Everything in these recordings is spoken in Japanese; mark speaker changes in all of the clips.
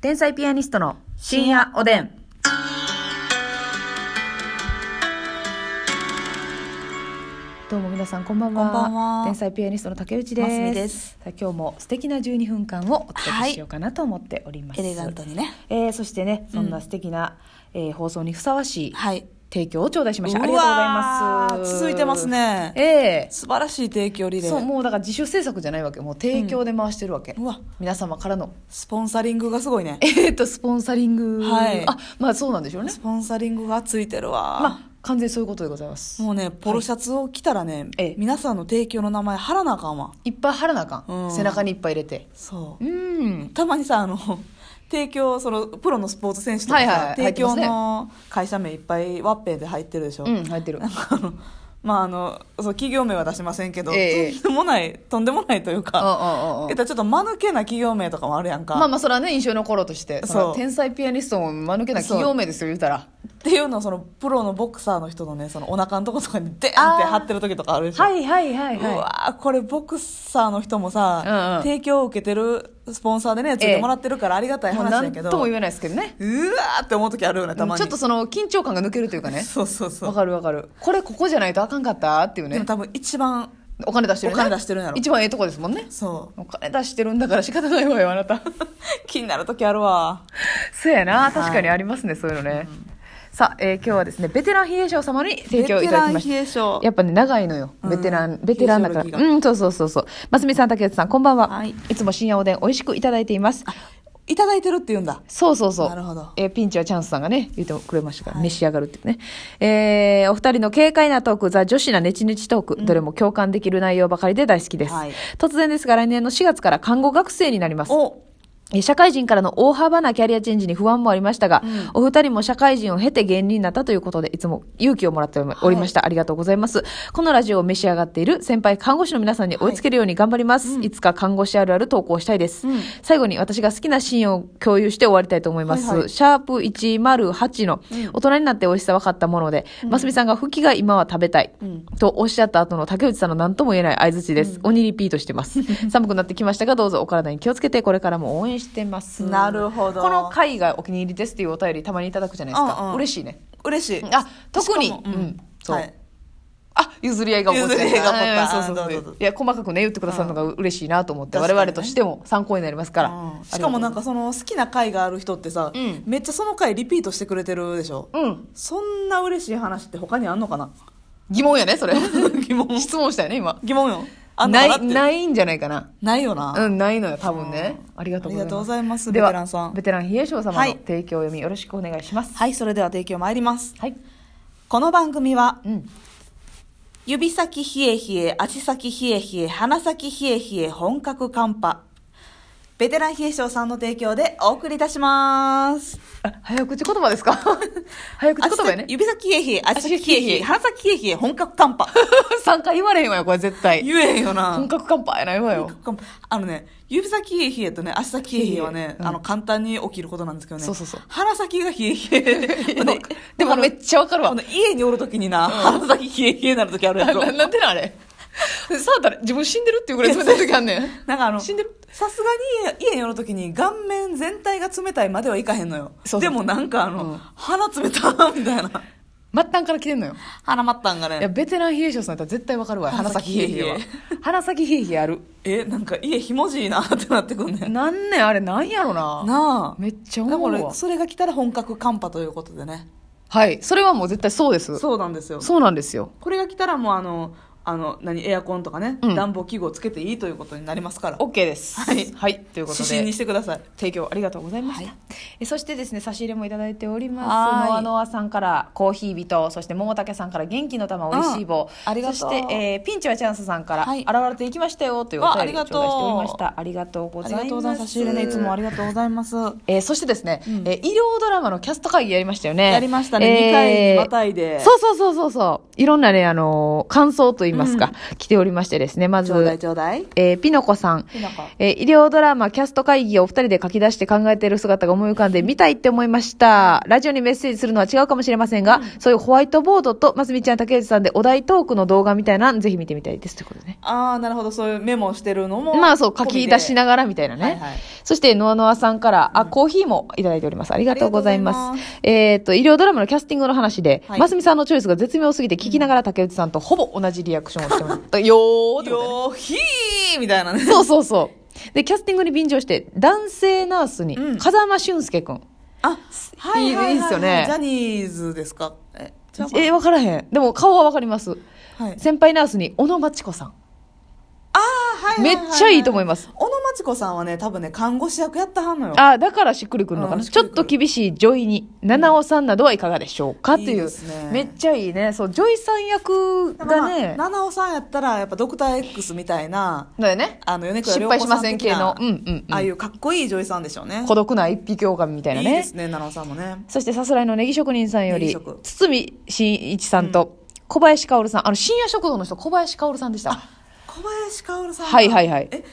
Speaker 1: 天才ピアニストの深夜おでん。どうも皆さんこんばんは。
Speaker 2: こんばんは
Speaker 1: 天才ピアニストの竹内です。
Speaker 2: ますみです
Speaker 1: さあ今日も素敵な12分間をお届けしようかなと思っております。
Speaker 2: エレガントにね
Speaker 1: えーそしてね、そん
Speaker 2: う
Speaker 1: なん素敵な、えー放送にふさわしい
Speaker 2: はい
Speaker 1: 提供を頂戴しました。
Speaker 2: う
Speaker 1: あ
Speaker 2: わ
Speaker 1: り
Speaker 2: ー
Speaker 1: がとうございます。
Speaker 2: 続いてますね
Speaker 1: ええ
Speaker 2: 素晴らしい提供リレー
Speaker 1: そう、もうだから自主制作じゃないわけ。もう提供で回してるわけ。
Speaker 2: うんうわ
Speaker 1: 皆様からの。
Speaker 2: スポンサリングがすごいね
Speaker 1: えーっと、スポンサリング。
Speaker 2: はい
Speaker 1: あ、まあそうなんでしょうね
Speaker 2: ス。ポンサリングがついてるわ、
Speaker 1: まあ、完全にそういうことでございます。
Speaker 2: もうねポロシャツを着たらね、
Speaker 1: ええ
Speaker 2: 皆さんの提供の名前貼らなあかんわ
Speaker 1: いっぱい貼らなあかん。
Speaker 2: うん
Speaker 1: 背中にいっぱい入れて。。
Speaker 2: そううんたまにさあの提供そのプロのスポーツ選手とかさ、
Speaker 1: はいはい
Speaker 2: 提供
Speaker 1: 入って
Speaker 2: の会社名いっぱいワッペンで入ってるでしょ、
Speaker 1: うん、入って る
Speaker 2: な。んかあのまああのそう企業名は出しませんけど、
Speaker 1: ええ
Speaker 2: とんでもないとんでもないという
Speaker 1: うんう
Speaker 2: か、
Speaker 1: んうんう
Speaker 2: えっ
Speaker 1: ん
Speaker 2: とちょっと間抜けな企業名とかもあるやんか、
Speaker 1: まあまあ、それはね、印象に残ろうとして。
Speaker 2: そう
Speaker 1: その天才ピアニストも間抜けな企業名ですよ、言うたら。
Speaker 2: っていうのをそのプロのボクサーの人のねそのお腹のとことかにデーンって貼ってる時とかあるでしょ、
Speaker 1: いはいは
Speaker 2: うわーこれボクサーの人もさ、
Speaker 1: うんうん
Speaker 2: 提供を受けてるスポンサーでねついてもらってるからありがたい
Speaker 1: もう
Speaker 2: 話
Speaker 1: なん
Speaker 2: だけど、
Speaker 1: とも言えないですけどね。
Speaker 2: うわーって思う時あるよね
Speaker 1: ち
Speaker 2: た
Speaker 1: ょ
Speaker 2: まに
Speaker 1: っとその緊張感が抜けるというかね。
Speaker 2: そうそうそう
Speaker 1: わかるわかる。これここじゃないとあかんかったっていう
Speaker 2: で
Speaker 1: ね
Speaker 2: も。多分一番
Speaker 1: お金出してるね
Speaker 2: お金出してるんやろ
Speaker 1: 一番ええとこですもんね
Speaker 2: そ
Speaker 1: お金出してるんだから仕方ないわよあなた
Speaker 2: う気になる時あるわ
Speaker 1: そうやな
Speaker 2: はい
Speaker 1: 確かにありますね、そういうのね、さあ、えー今日はですねベテラン冷え性様に提
Speaker 2: ベ
Speaker 1: 供い
Speaker 2: テ
Speaker 1: ただ
Speaker 2: ラ
Speaker 1: き
Speaker 2: ン
Speaker 1: まし
Speaker 2: 冷
Speaker 1: た
Speaker 2: え性
Speaker 1: やっぱね長いのよ
Speaker 2: うん
Speaker 1: ベテラン、ベテランだか
Speaker 2: 冷え性
Speaker 1: ら
Speaker 2: の日
Speaker 1: うんそうそうそうそうますみさん竹内さんこんばんは、
Speaker 2: はい
Speaker 1: い、つも深夜おでん美味しくいただいています
Speaker 2: いただいてるって言うんだ
Speaker 1: そうそうそう。
Speaker 2: なるほど
Speaker 1: えーピンチはチャンスさんがね、言ってくれましたから、
Speaker 2: はい
Speaker 1: 召し上がるっていうね。えーお二人の軽快なトーク、ザ・女子なネチネチトーク、どれも共感できる内容ばかりで大好きです。
Speaker 2: はい
Speaker 1: 突然ですが、来年の4月から看護学生になります。
Speaker 2: お
Speaker 1: えー社会人からの大幅なキャリアチェンジに不安もありましたが、お二人も社会人を経て芸人になったということで、いつも勇気をもらっておりました。ありがとうございます。このラジオを召し上がっている先輩看護師の皆さんに追いつけるように頑張ります。いつか看護師あるある投稿したいです。最後に私が好きなシーンを共有して終わりたいと思います。
Speaker 2: はいはい
Speaker 1: シャープ108の大人になって美味しさ分かったもので、ますみさんが吹きが今は食べたいとおっしゃった後の竹内さんの何とも言えない相づちです。鬼リピートして ます。寒くなってきましたが、どうぞお体に気をつけて、これからも応援してます。
Speaker 2: なるほど
Speaker 1: この回がお気に入りですっていうお便りたまにいただくじゃないですか。
Speaker 2: うんうん
Speaker 1: 嬉しいね。
Speaker 2: 嬉しい
Speaker 1: あ、特に、
Speaker 2: しかもうん
Speaker 1: うんそう。
Speaker 2: はい
Speaker 1: あ、譲り合いが起こった。
Speaker 2: 譲り合いが起こった
Speaker 1: うんそうそうそう
Speaker 2: あーどうぞどうぞ
Speaker 1: いや、細かくね、言ってくださるのが嬉しいなと思って、
Speaker 2: うん
Speaker 1: 我
Speaker 2: 確かに
Speaker 1: 々
Speaker 2: ね
Speaker 1: としても参考になりますから。
Speaker 2: うんしかもなん
Speaker 1: か、
Speaker 2: かその好きな回がある人ってさ、
Speaker 1: うん
Speaker 2: めっちゃその回リピートしてくれてるでしょ、
Speaker 1: うん。
Speaker 2: そんな嬉しい話って他にあんのかな
Speaker 1: 疑問やね、それ。
Speaker 2: 疑 問
Speaker 1: 質問したよね、今。
Speaker 2: 疑問よあんの
Speaker 1: な
Speaker 2: かなって
Speaker 1: い、ないんじゃないかな。
Speaker 2: ないよな、
Speaker 1: うん、ないのよ、多分ね。ありがとう
Speaker 2: ありがと
Speaker 1: ご
Speaker 2: うご
Speaker 1: ざ
Speaker 2: ざ
Speaker 1: い
Speaker 2: い
Speaker 1: ま。
Speaker 2: ますす
Speaker 1: では
Speaker 2: ベテランさん
Speaker 1: ベテラン冷え性様の
Speaker 2: はい
Speaker 1: 提供読み、よろしくお願いします。
Speaker 2: はいそれでは提供参ります
Speaker 1: はい。
Speaker 2: この番組は
Speaker 1: うん。
Speaker 2: 指先冷え冷え足先冷え冷え鼻先冷え冷え本格寒波ベテラン冷え性さんの提供でお送りいたします
Speaker 1: あ早口言葉 ですか早口言葉や
Speaker 2: 足先
Speaker 1: ね。
Speaker 2: 指先冷え冷え足先冷え冷
Speaker 1: 足先冷え冷
Speaker 2: え
Speaker 1: え
Speaker 2: 鼻先冷え冷え本格寒波
Speaker 1: 3回言われへんわよ、これ絶対。
Speaker 2: 言えんよな
Speaker 1: 本格乾杯やないわよ。
Speaker 2: あのね指先冷え冷えとね足先冷え冷えはね、
Speaker 1: うん
Speaker 2: あの簡単に起きることなんですけどね
Speaker 1: そうそうそう
Speaker 2: 鼻先が冷え冷え
Speaker 1: でもでもめっちゃわかるわ
Speaker 2: あの家におるときにな、鼻先冷え冷えなるときあるや
Speaker 1: な
Speaker 2: ろ
Speaker 1: ななんてなあれ触ったら自分死んでるっていうぐらい冷たい時あんねん
Speaker 2: なんかあの
Speaker 1: 死んでる
Speaker 2: さすがに家家におるときに顔面全体が冷たいまではいかへんのよ
Speaker 1: そうそう
Speaker 2: でもなんかあの、
Speaker 1: うん
Speaker 2: 鼻冷たみたいな
Speaker 1: 末端から来てんのよ
Speaker 2: 鼻まったんが
Speaker 1: いや
Speaker 2: ね
Speaker 1: ベテラン冷え性さんやったら絶対わかるわよ鼻
Speaker 2: 鼻
Speaker 1: 先
Speaker 2: 先
Speaker 1: 冷え
Speaker 2: 冷え
Speaker 1: 冷え
Speaker 2: 冷え
Speaker 1: は鼻先冷え冷えある
Speaker 2: えなんか家ひもじいなってなってくんね
Speaker 1: なんねんあれなんやろな
Speaker 2: なあ
Speaker 1: めっちゃ
Speaker 2: だ
Speaker 1: 思
Speaker 2: か
Speaker 1: う
Speaker 2: ら
Speaker 1: わ
Speaker 2: それが来たら本格寒波ということでね
Speaker 1: はいそれはもう絶対そうです
Speaker 2: そうなんですよ
Speaker 1: そうなんですよ
Speaker 2: これが来たらもうあのあの何エアコンとかね、
Speaker 1: うん
Speaker 2: 暖房器具をつけていいということになりますから
Speaker 1: オッケーです
Speaker 2: はい
Speaker 1: はい、ということ
Speaker 2: 指針に
Speaker 1: で
Speaker 2: してください
Speaker 1: 提供ありがとうございました、
Speaker 2: はい
Speaker 1: えそしてですね差し入れもいただいておりま
Speaker 2: は
Speaker 1: す
Speaker 2: い
Speaker 1: ノアノアさんからコーヒー人そして桃竹さんから元気の玉おいしい棒、
Speaker 2: うんありがとう
Speaker 1: そして、えーピンチはチャンスさんから、
Speaker 2: はい
Speaker 1: 現れていきましたよというお
Speaker 2: わあ
Speaker 1: 便
Speaker 2: り
Speaker 1: りを
Speaker 2: がと
Speaker 1: 頂
Speaker 2: う
Speaker 1: 戴しておりましたありがとうご
Speaker 2: あ
Speaker 1: ざ
Speaker 2: り
Speaker 1: います
Speaker 2: がとうございます差し入れねいつもありがとうございます
Speaker 1: えーそしてですね、
Speaker 2: うん
Speaker 1: えー医療ドラマのキャスト会議やりましたよね。
Speaker 2: やりましたね二回にまたいで
Speaker 1: そうそうそうそうそう。いろんなね、あのー感想といいますか、来ておりましてですね、ま
Speaker 2: ちょうだい
Speaker 1: ず、
Speaker 2: ちょうだい
Speaker 1: えーピノコさん。
Speaker 2: ひなこ
Speaker 1: えー医療ドラマキャスト会議をお二人で書き出して考えている姿が思い浮かさんで見たいって思いました。ラジオにメッセージするのは違うかもしれませんが、そういうホワイトボードと、ますみちゃん、竹内さんでお題トークの動画みたいなの、ぜひ見てみたいです。ということでね。
Speaker 2: ああ、なるほど。そういうメモしてるのも。
Speaker 1: まあそう、書き出しな
Speaker 2: が
Speaker 1: がらみたいなね。
Speaker 2: はいはい
Speaker 1: そして、ノアノアさんから、あ、コーヒーもいただいております。ありがとうございます。
Speaker 2: ありがとうござい
Speaker 1: えっ、と、医療ドラマのキャスティングの話で、
Speaker 2: はい
Speaker 1: ますみさんのチョイスが絶妙すぎて、聞きながら竹内さんとほぼ同じリアクションをしてます。よーってことね
Speaker 2: よーひーみたいなね。
Speaker 1: そうそうそう。で、キャスティングに便乗して、男性ナースに
Speaker 2: うん、
Speaker 1: 風間俊介くん。
Speaker 2: あ、はいはいはいはい
Speaker 1: いいですよね
Speaker 2: ジャニーズですかえ、違うか
Speaker 1: えー、わからへん。でも、顔はわかります。
Speaker 2: はい。
Speaker 1: 先輩ナースに、小野真知子さん。
Speaker 2: ああ、はいは
Speaker 1: め
Speaker 2: い
Speaker 1: っ
Speaker 2: はいはい。
Speaker 1: ちゃいいと思います。
Speaker 2: 小野真知子さんはね、多分ね、看護師役やったはんのよ。
Speaker 1: あーだからしっくりくるのか
Speaker 2: うん
Speaker 1: な。
Speaker 2: しっ
Speaker 1: ち
Speaker 2: く
Speaker 1: ょ
Speaker 2: り
Speaker 1: っ
Speaker 2: くる
Speaker 1: と厳しい女医に、七尾さんなどはいかがでしょうかという。
Speaker 2: いいですね
Speaker 1: めっちゃいいね。そう、女医さん役
Speaker 2: でもまあ
Speaker 1: がね、
Speaker 2: 七尾さんやったら、やっぱドクター X みたいな、
Speaker 1: だよね。
Speaker 2: あの、米倉
Speaker 1: 失
Speaker 2: 涼
Speaker 1: 敗
Speaker 2: 子
Speaker 1: し
Speaker 2: さ
Speaker 1: ま
Speaker 2: ん
Speaker 1: せん
Speaker 2: 的
Speaker 1: 系
Speaker 2: な
Speaker 1: の。う、んうん、
Speaker 2: ああ
Speaker 1: う
Speaker 2: い
Speaker 1: ん。
Speaker 2: うかっこいい女優さんでしょうね。
Speaker 1: 孤独な一匹狼みたいない
Speaker 2: い
Speaker 1: ね。
Speaker 2: ですね、七尾さんもね。
Speaker 1: そしてさすらいのネギ職人さんよ
Speaker 2: ネギ
Speaker 1: り
Speaker 2: 職、
Speaker 1: 堤真一さんと、小林薫さん、あの、深夜食堂の人、小林薫さんでした。
Speaker 2: 小林薫さん。
Speaker 1: はいはいはい
Speaker 2: え、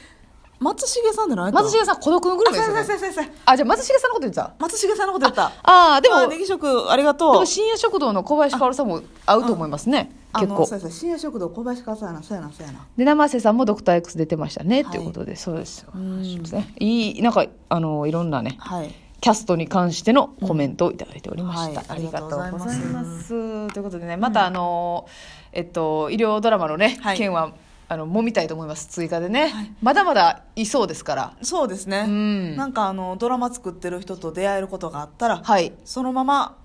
Speaker 2: 松重さんじゃない
Speaker 1: 松重
Speaker 2: ん。
Speaker 1: さん、孤独のグル
Speaker 2: あ、
Speaker 1: メです
Speaker 2: そう
Speaker 1: よ、
Speaker 2: そう
Speaker 1: ね。
Speaker 2: そうそう。
Speaker 1: あ、じゃあ松重さんのこと言ってた
Speaker 2: 松重さんのこと言った。
Speaker 1: ああ、でも、
Speaker 2: まあネ
Speaker 1: で
Speaker 2: ギ食ありがとう。
Speaker 1: も深夜食堂の小林薫さんも合うと思いますね。
Speaker 2: あの
Speaker 1: 結構
Speaker 2: そう。やそうや深夜食堂小林かさやなそうやなそうやな
Speaker 1: で、生瀬さんもドクター X 出てましたね、
Speaker 2: はい
Speaker 1: ということで、そうですよ。
Speaker 2: ん
Speaker 1: そうですねいい、なんか、あの、いろんなね、
Speaker 2: はい
Speaker 1: キャストに関してのコメントをいただいておりました。
Speaker 2: はい
Speaker 1: ありがとうございま。
Speaker 2: ありがとうございます
Speaker 1: ということでね、またあのー、えっと、医療ドラマのね
Speaker 2: はい、
Speaker 1: 件は、あの、もみたいと思います、追加でね
Speaker 2: はい。
Speaker 1: まだまだいそうですから。
Speaker 2: そうですね
Speaker 1: うん
Speaker 2: なんかあのドラマ作ってる人と出会えることがあったら、
Speaker 1: はい。
Speaker 2: そのまま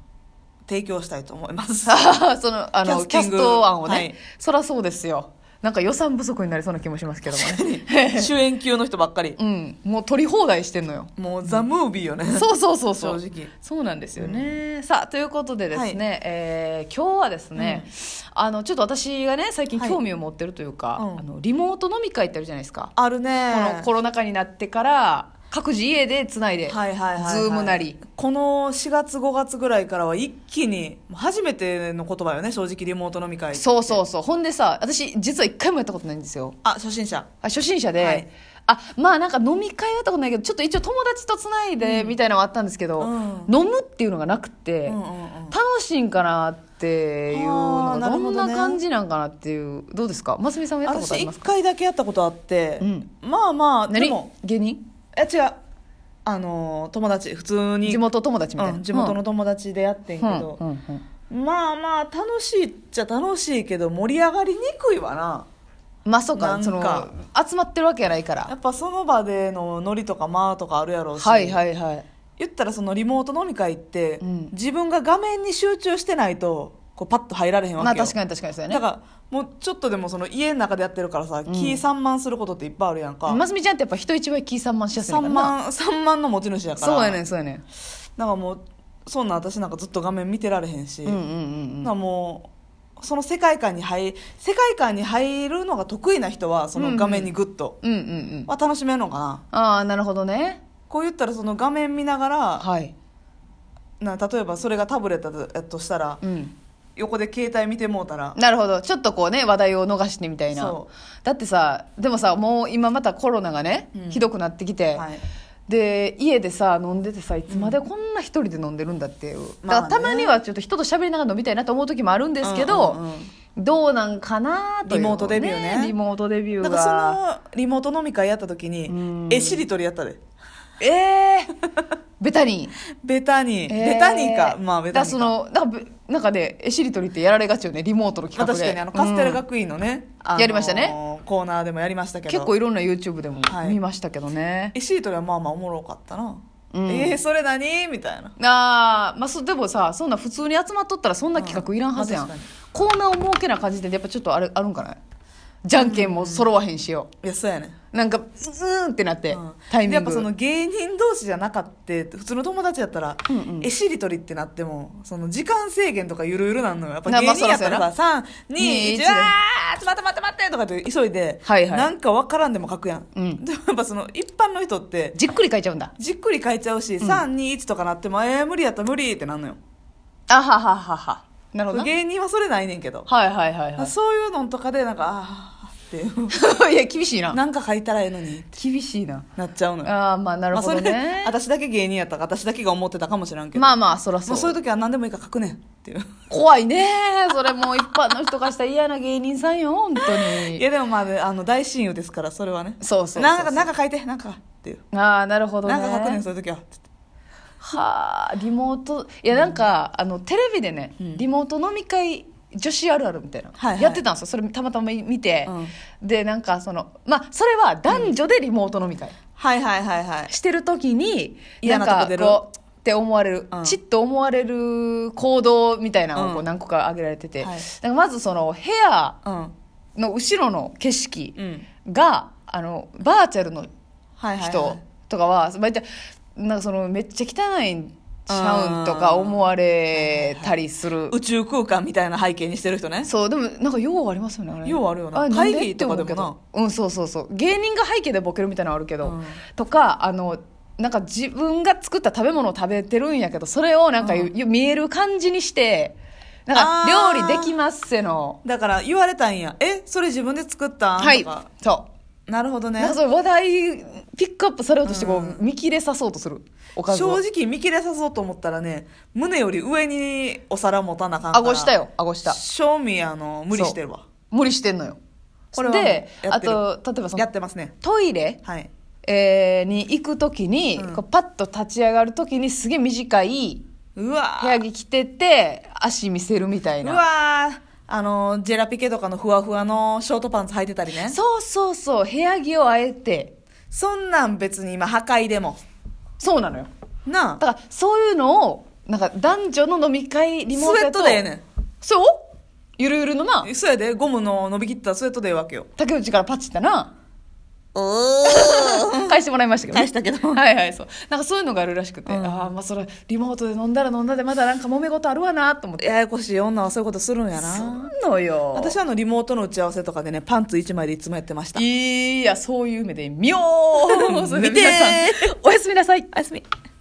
Speaker 2: 提供したいと思います
Speaker 1: その、あの、
Speaker 2: キ
Speaker 1: キ
Speaker 2: ャ
Speaker 1: ャ
Speaker 2: スティン
Speaker 1: ス
Speaker 2: グ
Speaker 1: ト案をね、
Speaker 2: はい
Speaker 1: そらそうですよ。なんか予算不足になりそうな気もしますけどもね。
Speaker 2: 主演級の人ばっか り
Speaker 1: うん。もう取り放題してんのよ。
Speaker 2: もうザ・ムービーよね
Speaker 1: そうそうそうそう。
Speaker 2: 正直
Speaker 1: そうなんですよね。さあ、ということでですね、えー今日はですね、あの、ちょっと私がね、最近
Speaker 2: はい
Speaker 1: 興味を持ってるというか、
Speaker 2: うん
Speaker 1: あの、リモート飲み会ってあるじゃないですか。
Speaker 2: ある
Speaker 1: こ
Speaker 2: ね
Speaker 1: のコロナ禍になってから、各自家でつないで、
Speaker 2: はいはいはいはい
Speaker 1: ズームなり。
Speaker 2: この4月5月ぐらいからは一気にもう初めての言葉よね正直リモート飲み会
Speaker 1: そうそうそう。ほんでさ、私、実は一回もやったことないんですよ。
Speaker 2: あ初心者
Speaker 1: あ初心者で、
Speaker 2: はい
Speaker 1: あまあなんか飲み会だったことないけどちょっと一応友達とつないでみたいなのはあったんですけど、
Speaker 2: うん
Speaker 1: 飲むっていうのがなくて、
Speaker 2: うんうんうん
Speaker 1: 楽しいんかなっていう
Speaker 2: あー
Speaker 1: の
Speaker 2: な
Speaker 1: が
Speaker 2: る
Speaker 1: ど
Speaker 2: ほ
Speaker 1: ん
Speaker 2: どね
Speaker 1: な感じなんかなっていうどうですかますみさんはやったことあ
Speaker 2: 私
Speaker 1: りま
Speaker 2: 一
Speaker 1: すか
Speaker 2: 回だけやったことあって、
Speaker 1: うん
Speaker 2: まあまあで
Speaker 1: 何
Speaker 2: も
Speaker 1: 芸人
Speaker 2: え違うあのー友達普通に
Speaker 1: 地元友達みたいな、
Speaker 2: うん地元の友達でやってんけ
Speaker 1: うん、
Speaker 2: ど、
Speaker 1: うんうんうん
Speaker 2: まあまあ楽しいっちゃ楽しいけど盛り上がりにくいわな
Speaker 1: まあそう
Speaker 2: な
Speaker 1: か
Speaker 2: んか
Speaker 1: その集まってるわけやないか
Speaker 2: や
Speaker 1: ら
Speaker 2: っぱその場でのノリとか間とかあるやろうし、
Speaker 1: はいはいはい
Speaker 2: 言ったらそのリモート飲み会って、
Speaker 1: うん
Speaker 2: 自分が画面に集中してないとこうパッと入られへんわけよ、
Speaker 1: まあ確かに確かにそうや
Speaker 2: だ
Speaker 1: ね
Speaker 2: からもうちょっとでもその家の中でやってるからさ、
Speaker 1: ん
Speaker 2: 気散漫することっていっぱいあるやんか、
Speaker 1: ますみちゃんってやっぱ人一倍気散漫しやすいの
Speaker 2: 散
Speaker 1: かな
Speaker 2: 漫散漫の持ち主やから
Speaker 1: そうやねんそうやねん
Speaker 2: なんかもうそんな私なんかずっと画面見てられへんし、
Speaker 1: うんうんうんうん
Speaker 2: なんかもうその世界観に入世界観に入るのが得意な人はその画面にグッと、
Speaker 1: うんうんうん
Speaker 2: は楽しめるのかな
Speaker 1: ああなるほどね
Speaker 2: こう言ったらその画面見ながら、
Speaker 1: はい
Speaker 2: な例えばそれがタブレットだとしたら
Speaker 1: うん
Speaker 2: 横で携帯見てもうたら
Speaker 1: なるほどちょっとこうね話題を逃してみたいな
Speaker 2: そ
Speaker 1: だってさでもさもう今またコロナがね、
Speaker 2: うん
Speaker 1: ひどくなってきて、
Speaker 2: はい
Speaker 1: で家でさ飲んでてさいつまでこんな一人で飲んでるんだっていう、
Speaker 2: まあね
Speaker 1: だからたまにはちょっと人と喋りながら飲みたいなと思う時もあるんですけど、
Speaker 2: うんうん
Speaker 1: どうなんかなというのを
Speaker 2: リモートデビューね
Speaker 1: リモートデビュー
Speaker 2: うん
Speaker 1: が
Speaker 2: なんかそのリモート飲み会やった時
Speaker 1: うん
Speaker 2: に絵しりとりやったで
Speaker 1: ええー、ベタに
Speaker 2: ベタに、 ベタにかまあベ
Speaker 1: だ
Speaker 2: タに
Speaker 1: から
Speaker 2: か
Speaker 1: そのなんかべなんかねえしりとりってやられがちよねリモートの
Speaker 2: ま
Speaker 1: 企
Speaker 2: あ
Speaker 1: 画
Speaker 2: 確
Speaker 1: で
Speaker 2: かにあのカステラ
Speaker 1: うん
Speaker 2: 学院のね、
Speaker 1: ん
Speaker 2: あの
Speaker 1: やりましたね
Speaker 2: コーナーでもやりましたけど
Speaker 1: 結構いろんな YouTube でも
Speaker 2: はい
Speaker 1: 見ましたけどね、
Speaker 2: 石井とりはまあまあおもろかったな、
Speaker 1: うん
Speaker 2: えー、それ何みたいな
Speaker 1: あーまあそでもさそんな普通に集まっとったらそんな企画いらんはずやん、
Speaker 2: うんまあ
Speaker 1: コーナーを設けな感じでやっぱちょっとあれあるんかなじゃんけんも揃わへんしよ
Speaker 2: いやそうやね、
Speaker 1: なんかうーんってなって、
Speaker 2: うん
Speaker 1: タイミ
Speaker 2: でや
Speaker 1: ン
Speaker 2: っぱ
Speaker 1: グ
Speaker 2: その芸人同士じゃなかって普通の友達やったら、
Speaker 1: うんうん
Speaker 2: えしりとりってなってもその時間制限とかゆるゆるなんのよやっぱ
Speaker 1: な
Speaker 2: 芸
Speaker 1: まあ
Speaker 2: 人やったらさ
Speaker 1: やな
Speaker 2: 321
Speaker 1: に
Speaker 2: わー待って待って待ってとかって急いで、
Speaker 1: はいはい
Speaker 2: なんかわからんでも書くやん、
Speaker 1: うん
Speaker 2: でもやっぱその一般の人って
Speaker 1: じっくり書いちゃうんだ
Speaker 2: じっくり書いちゃうし、321とかなってもえー、無理やった無理ってなんのよ
Speaker 1: あははははなるほどな
Speaker 2: 芸人はそれないねんけど
Speaker 1: はいはいはいはい
Speaker 2: そういうのとかでなんかあーって
Speaker 1: いや、厳しいな。
Speaker 2: なんか書いたらええのに
Speaker 1: 厳しいな。
Speaker 2: なっちゃうのよ
Speaker 1: ああ、まあ、なるほど
Speaker 2: まあ、それ
Speaker 1: ね。
Speaker 2: 私だけ芸人やったから私だけが思ってたかもしれんけど、
Speaker 1: ま
Speaker 2: あ、
Speaker 1: あまあ、そら
Speaker 2: も
Speaker 1: そう
Speaker 2: そういう
Speaker 1: う。
Speaker 2: 時は何でもいいから書くねんっていう
Speaker 1: 怖いね。それもう一般の人がしたら嫌な芸人さんよ、本当
Speaker 2: い
Speaker 1: に。
Speaker 2: やでもまあね、あの大親友ですからそれはね
Speaker 1: そうそうそうそう
Speaker 2: なんかなんか書いてなんかっていう
Speaker 1: ああ、なるほどね。
Speaker 2: なんか書くねんそういう時はつって
Speaker 1: はあリモートいやなんか、あのテレビでね、リモート飲み会女子あるあるみたいな、
Speaker 2: はいはい
Speaker 1: やってたんですよそれたまたま見て、でなんかそのまあそれは男女でリモート飲み会
Speaker 2: はいはいはいはい
Speaker 1: してる時に、
Speaker 2: 嫌
Speaker 1: な
Speaker 2: なん
Speaker 1: か
Speaker 2: とこ出る
Speaker 1: こうって思われる、
Speaker 2: うん
Speaker 1: ちっと思われる行動みたいなのをこう
Speaker 2: うん
Speaker 1: 何個か挙げられてて、
Speaker 2: はい
Speaker 1: なんかまずその部屋
Speaker 2: うん
Speaker 1: の後ろの景色
Speaker 2: うん
Speaker 1: が、あのバーチャルの
Speaker 2: はいはい、はい、
Speaker 1: 人とかは、まあ、言ったらなんかそのめっちゃ汚いんちゃうんとか思われたりする。
Speaker 2: 宇宙空間みたいな背景にしてる人ね
Speaker 1: そうでもなんか用ありますよねあれ
Speaker 2: 用あるよな
Speaker 1: れん
Speaker 2: 会議とかでもな
Speaker 1: って思うけどうんそうそうそう芸人が背景でボケるみたいなのあるけど、
Speaker 2: うん
Speaker 1: とかあのなんか自分が作った食べ物を食べてるんやけどそれをなんか、
Speaker 2: うん
Speaker 1: ゆ見える感じにしてなん
Speaker 2: あ
Speaker 1: か
Speaker 2: ー
Speaker 1: 料理できますせの
Speaker 2: だから言われたんやえそれ自分で作ったん、
Speaker 1: はい
Speaker 2: とか
Speaker 1: そう
Speaker 2: なるほど
Speaker 1: なん
Speaker 2: ね
Speaker 1: かそういう話題ピックアップされようとしてこう、
Speaker 2: うん
Speaker 1: 見切れさそうとするおかずを
Speaker 2: 正直見切れさそうと思ったらね胸より上にお皿持たなあかんから
Speaker 1: 顎下よ顎下
Speaker 2: 正味あの無理してるわ
Speaker 1: 無理してんのよ
Speaker 2: これは
Speaker 1: で
Speaker 2: や
Speaker 1: あ
Speaker 2: ってる
Speaker 1: と例えばそ
Speaker 2: や
Speaker 1: の
Speaker 2: ってますね
Speaker 1: トイレ
Speaker 2: はい
Speaker 1: えーに行く時に、
Speaker 2: うん
Speaker 1: こうパッと立ち上がる時にすげえ短いう
Speaker 2: わー
Speaker 1: 部屋着着てて足見せるみたいうな
Speaker 2: わーあのジェラピケとかのふわふわのショートパンツ履いてたりねそ
Speaker 1: そうそうそう部屋着をあえて
Speaker 2: んなん別に今破壊でも
Speaker 1: そうなのよ
Speaker 2: なあ
Speaker 1: だからそういうのをなんか男女の飲み会リモート
Speaker 2: スウェ
Speaker 1: や
Speaker 2: ッ
Speaker 1: と
Speaker 2: トでええね
Speaker 1: そうゆるゆるのなん
Speaker 2: そうやでゴムの伸びきったスウェットでええわけよ
Speaker 1: 竹内からパチってな
Speaker 2: お
Speaker 1: 返してもらいましたけど、
Speaker 2: 返したけ ど
Speaker 1: はいはいそうなんかそういうのがあるらしくて、
Speaker 2: うん
Speaker 1: ああまあそれリモートで飲んだら飲んだでまだなんか揉め事あるわなと思って
Speaker 2: ややこしい女はそういうことするんや
Speaker 1: そ
Speaker 2: なん
Speaker 1: のよ
Speaker 2: 私はあのリモートの打ち合わせとかでねパンツ1枚でいつもやってました
Speaker 1: いや、そういう目で見ようそれで
Speaker 2: 見てー
Speaker 1: 皆さん、おやすみなさい。おやすみ。